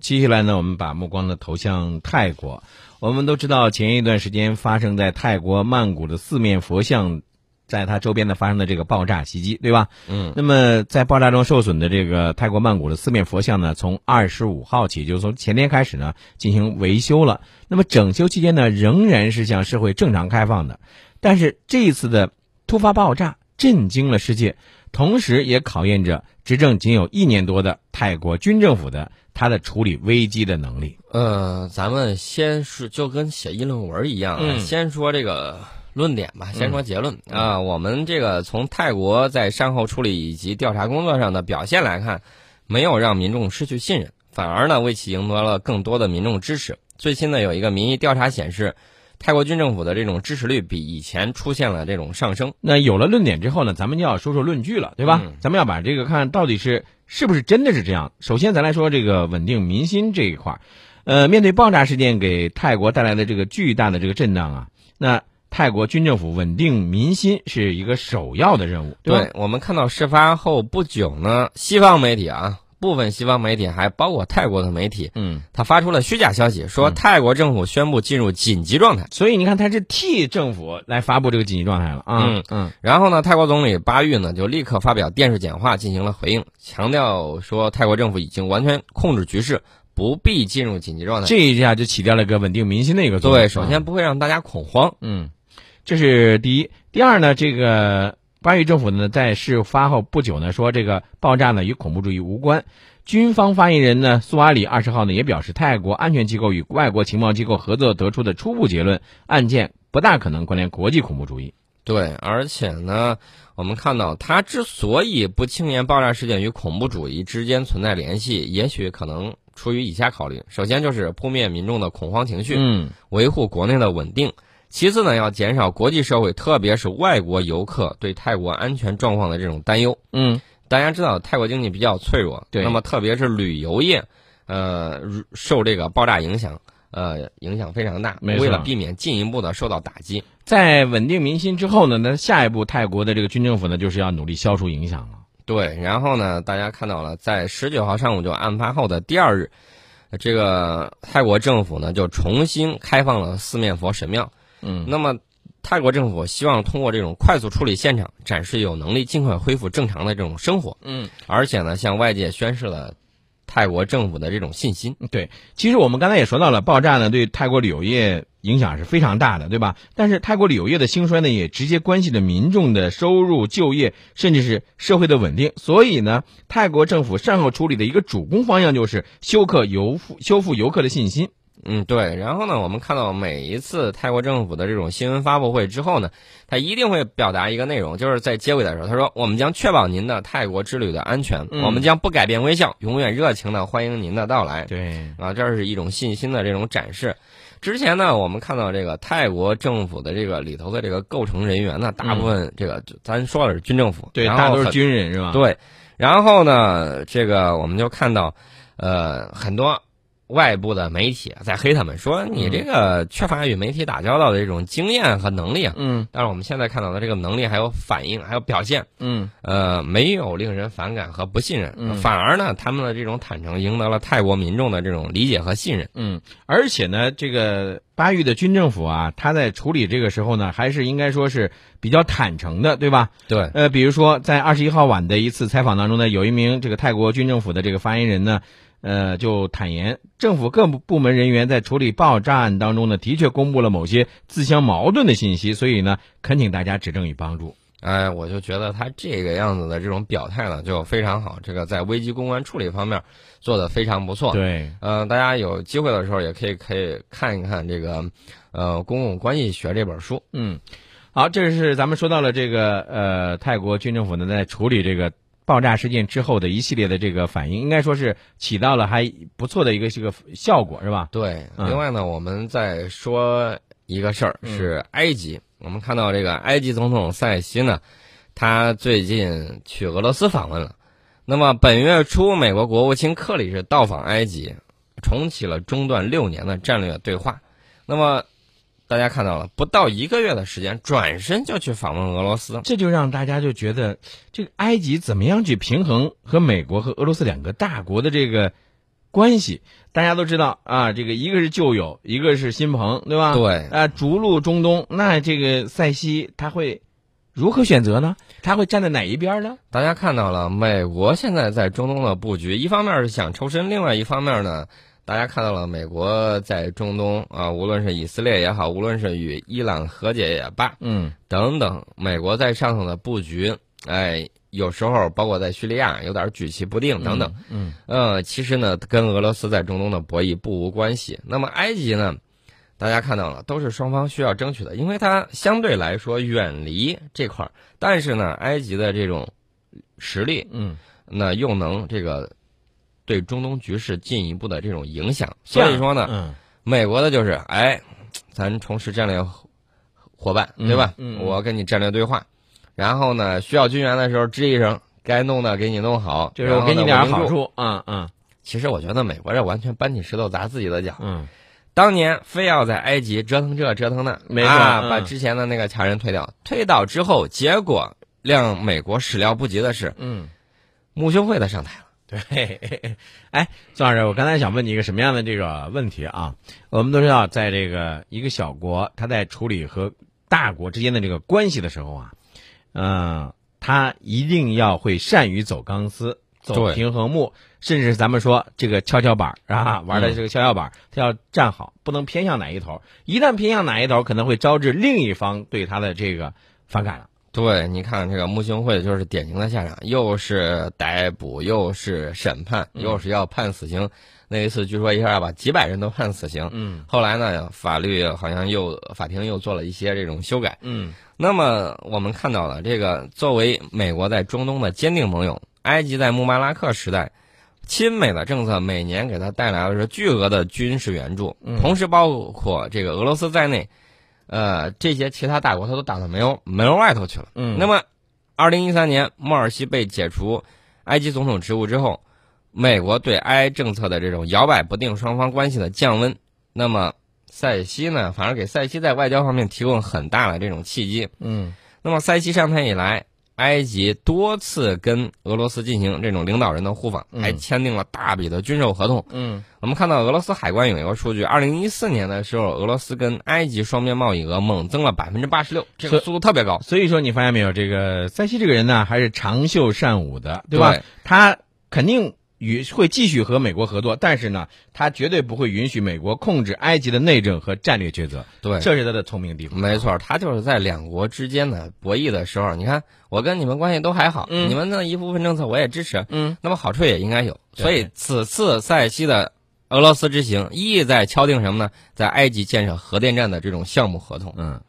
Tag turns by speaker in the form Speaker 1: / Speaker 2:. Speaker 1: 接下来呢，我们把目光呢投向泰国。我们都知道，前一段时间发生在泰国曼谷的四面佛像，在它周边呢发生的这个爆炸袭击，对吧？
Speaker 2: 嗯，
Speaker 1: 那么在爆炸中受损的这个泰国曼谷的四面佛像呢，从二十五号起，就是从前天开始呢进行维修了。那么整修期间呢，仍然是向社会正常开放的。但是这一次的突发爆炸震惊了世界，同时也考验着执政仅有一年多的泰国军政府的他的处理危机的能力。
Speaker 2: 呃，咱们先是就跟写议论文一样，啊
Speaker 1: 嗯
Speaker 2: 先说这个论点吧，先说结论啊、我们这个从泰国在善后处理以及调查工作上的表现来看，没有让民众失去信任，反而呢为其赢得了更多的民众支持。最新的有一个民意调查显示，泰国军政府的这种支持率比以前出现了这种上升。
Speaker 1: 那有了论点之后呢，咱们就要说说论据了，对吧？
Speaker 2: 嗯
Speaker 1: 咱们要把这个看到底是是不是真的是这样。首先，咱来说这个稳定民心这一块儿，呃，面对爆炸事件给泰国带来的这个巨大的这个震荡啊，那泰国军政府稳定民心是一个首要的任务，吧？
Speaker 2: 对我们看到事发后不久呢，西方媒体啊，部分西方媒体还包括泰国的媒体，
Speaker 1: 嗯，
Speaker 2: 他发出了虚假消息，说泰国政府宣布进入紧急状态。
Speaker 1: 所以你看，他是替政府来发布这个紧急状态了啊。
Speaker 2: 嗯
Speaker 1: 嗯
Speaker 2: 然后呢，泰国总理巴育呢就立刻发表电视讲话进行了回应，强调说泰国政府已经完全控制局势，不必进入紧急状态。
Speaker 1: 啊这一下就起到了一个稳定民心的一个作用。啊
Speaker 2: 对，首先不会让大家恐慌。
Speaker 1: 嗯，这是第一。第二呢，这个巴育政府呢，在事发后不久呢，说这个爆炸呢与恐怖主义无关。军方发言人呢，苏阿里二十号呢也表示，泰国安全机构与外国情报机构合作得出的初步结论，案件不大可能关联国际恐怖主义。
Speaker 2: 对，而且呢，我们看到他之所以不轻言爆炸事件与恐怖主义之间存在联系，也许可能出于以下考虑：首先就是扑灭民众的恐慌情绪，
Speaker 1: 嗯，
Speaker 2: 维护国内的稳定；其次呢，要减少国际社会，特别是外国游客对泰国安全状况的这种担忧。
Speaker 1: 嗯，
Speaker 2: 大家知道，泰国经济比较脆弱，
Speaker 1: 对
Speaker 2: 那么特别是旅游业，呃，如受这个爆炸影响，呃，影响非常大。
Speaker 1: 没错
Speaker 2: 为了避免进一步的受到打击，
Speaker 1: 在稳定民心之后呢，那下一步泰国的这个军政府呢，就是要努力消除影响了。
Speaker 2: 对，然后呢，大家看到了，在十九号上午就案发后的第二日，呃这个泰国政府呢就重新开放了四面佛神庙。
Speaker 1: 嗯，
Speaker 2: 那么，泰国政府希望通过这种快速处理现场，展示有能力尽快恢复正常的这种生活。
Speaker 1: 嗯，
Speaker 2: 而且呢，向外界宣示了泰国政府的这种信心。
Speaker 1: 对，其实我们刚才也说到了，爆炸呢对泰国旅游业影响是非常大的，对吧？但是泰国旅游业的兴衰呢，也直接关系着民众的收入、就业，甚至是社会的稳定。所以呢，泰国政府善后处理的一个主攻方向就是修克游复修复游客的信心。
Speaker 2: 嗯，对。然后呢，我们看到每一次泰国政府的这种新闻发布会之后呢，他一定会表达一个内容，就是在结尾的时候，他说：“我们将确保您的泰国之旅的安全，
Speaker 1: 嗯
Speaker 2: 我们将不改变微笑，永远热情的欢迎您的到来。”
Speaker 1: 对，
Speaker 2: 啊，这是一种信心的这种展示。之前呢，我们看到这个泰国政府的这个里头的这个构成人员呢，大部分这个、咱说的是军政府，
Speaker 1: 嗯对，
Speaker 2: 然
Speaker 1: 大
Speaker 2: 后
Speaker 1: 多是
Speaker 2: 很
Speaker 1: 军啊人是吧？
Speaker 2: 对，然后呢，这个我们就看到，呃，很多外部的媒体啊在黑他们，说你
Speaker 1: 嗯
Speaker 2: 这个缺乏与媒体打交道的这种经验和能力啊。
Speaker 1: 嗯
Speaker 2: 但是我们现在看到的这个能力还有反应，还有表现，
Speaker 1: 嗯，
Speaker 2: 呃，没有令人反感和不信任，
Speaker 1: 嗯
Speaker 2: 反而呢，他们的这种坦诚赢得了泰国民众的这种理解和信任。
Speaker 1: 嗯，而且呢，这个巴育的军政府啊，他在处理这个时候呢，还是应该说是比较坦诚的，对吧？
Speaker 2: 对，
Speaker 1: 呃，比如说在二十一号晚的一次采访当中呢，有一名这个泰国军政府的这个发言人呢，呃，就坦言，政府各部门人员在处理爆炸案当中呢，的确公布了某些自相矛盾的信息，所以呢，恳请大家指正与帮助。
Speaker 2: 哎，我就觉得他这个样子的这种表态呢，就非常好。这个在危机公关处理方面做的非常不错。，
Speaker 1: 对，
Speaker 2: 呃，大家有机会的时候也可以可以看一看这个，呃，《公共关系学》这本书。
Speaker 1: 嗯，好，这是咱们说到了这个呃，泰国军政府呢在处理这个。爆炸事件之后的一系列的这个反应，应该说是起到了还不错的一个这个效果，是吧？
Speaker 2: 对，
Speaker 1: 嗯
Speaker 2: 另外呢，我们再说一个事儿，是埃及。我们看到这个埃及总统塞西呢，他最近去俄罗斯访问了。那么本月初，美国国务卿克里是到访埃及，重启了中断六年的战略对话。那么大家看到了，不到一个月的时间，转身就去访问俄罗斯。
Speaker 1: 这就让大家就觉得，这个埃及怎么样去平衡和美国和俄罗斯两个大国的这个关系。大家都知道啊，这个一个是旧友，一个是新朋，对吧？
Speaker 2: 对
Speaker 1: 啊，逐鹿中东，那这个塞西他会如何选择呢？他会站在哪一边呢？
Speaker 2: 大家看到了，美国现在在中东的布局，一方面是想抽身，另外一方面呢，大家看到了美国在中东啊，无论是以色列也好，无论是与伊朗和解也罢，
Speaker 1: 嗯，
Speaker 2: 等等，美国在上头的布局，哎，有时候包括在叙利亚有点举棋不定等等。
Speaker 1: 嗯，
Speaker 2: 呃，其实呢，跟俄罗斯在中东的博弈不无关系。那么埃及呢，大家看到了，都是双方需要争取的，因为它相对来说远离这块儿，但是呢，埃及的这种实力，
Speaker 1: 嗯，
Speaker 2: 那又能这个对中东局势进一步的这种影响。
Speaker 1: 这
Speaker 2: 所
Speaker 1: 样
Speaker 2: 以说呢，
Speaker 1: 嗯
Speaker 2: 美国的就是哎，咱重拾战略伙伙伴，
Speaker 1: 嗯
Speaker 2: 对吧？
Speaker 1: 嗯嗯
Speaker 2: 我跟你战略对话，然后呢，需要军援的时候吱一声，该弄的给你弄好，
Speaker 1: 就是我给你点
Speaker 2: 然
Speaker 1: 儿
Speaker 2: 后呢
Speaker 1: 好。
Speaker 2: 稳住
Speaker 1: 处，啊啊
Speaker 2: 其实我觉得美国这完全搬起石头砸自己的脚，
Speaker 1: 嗯
Speaker 2: 当年非要在埃及折腾这折腾那，
Speaker 1: 没错
Speaker 2: 啊，
Speaker 1: 嗯
Speaker 2: 把之前的那个强人推掉，推倒之后，结果让美国始料不及的是，
Speaker 1: 嗯，
Speaker 2: 穆兄会的上台了。
Speaker 1: 对。 哎，宋老师，我刚才想问你一个什么样的这个问题啊？我们都知道，在这个一个小国，他在处理和大国之间的这个关系的时候啊，嗯，他一定要会善于走钢丝。走
Speaker 2: 对
Speaker 1: 平衡木，甚至咱们说这个跷跷板儿啊，玩的
Speaker 2: 嗯
Speaker 1: 这个跷跷板儿，他要站好，不能偏向哪一头。一旦偏向哪一头，可能会招致另一方对他的这个反感了。
Speaker 2: 对，你看这个穆兄会就是典型的下场，又是逮捕，又是审判，
Speaker 1: 嗯
Speaker 2: 又是要判死刑。那一次据说一下把几百人都判死刑。
Speaker 1: 嗯
Speaker 2: 后来呢，法律好像又法庭又做了一些这种修改。
Speaker 1: 嗯
Speaker 2: 那么我们看到了，这个作为美国在中东的坚定盟友，埃及在穆巴拉克时代亲美的政策，每年给他带来的是巨额的军事援助，
Speaker 1: 嗯
Speaker 2: 同时包括这个俄罗斯在内，呃，这些其他大国他都打到门楼门楼外头去了。
Speaker 1: 嗯，
Speaker 2: 那么，二零一三年莫尔西被解除埃及总统职务之后，美国对埃政策的这种摇摆不定，双方关系的降温，那么塞西呢，反而给塞西在外交方面提供很大的这种契机。
Speaker 1: 嗯
Speaker 2: 那么塞西上台以来，埃及多次跟俄罗斯进行这种领导人的互访，
Speaker 1: 嗯
Speaker 2: 还签订了大笔的军售合同。
Speaker 1: 嗯
Speaker 2: 我们看到俄罗斯海关有一个数据，二零一四年的时候，俄罗斯跟埃及双边贸易额猛增了百分之八十六，这个
Speaker 1: 所以
Speaker 2: 速度特别高，
Speaker 1: 所以说，你发现没有，这个塞西这个人呢，还是长袖善舞的，对吧？
Speaker 2: 对
Speaker 1: 他肯定与会继续和美国合作，但是呢，他绝对不会允许美国控制埃及的内政和战略抉择，
Speaker 2: 对，
Speaker 1: 这是他的聪明地方。
Speaker 2: 没错，他就是在两国之间的博弈的时候，你看我跟你们关系都还好，
Speaker 1: 嗯
Speaker 2: 你们的一部分政策我也支持，啊
Speaker 1: 嗯，
Speaker 2: 那么好处也应该有。
Speaker 1: 对
Speaker 2: 所以此次塞西的俄罗斯之行，意在敲定什么呢？在埃及建设核电站的这种项目合同。
Speaker 1: 嗯。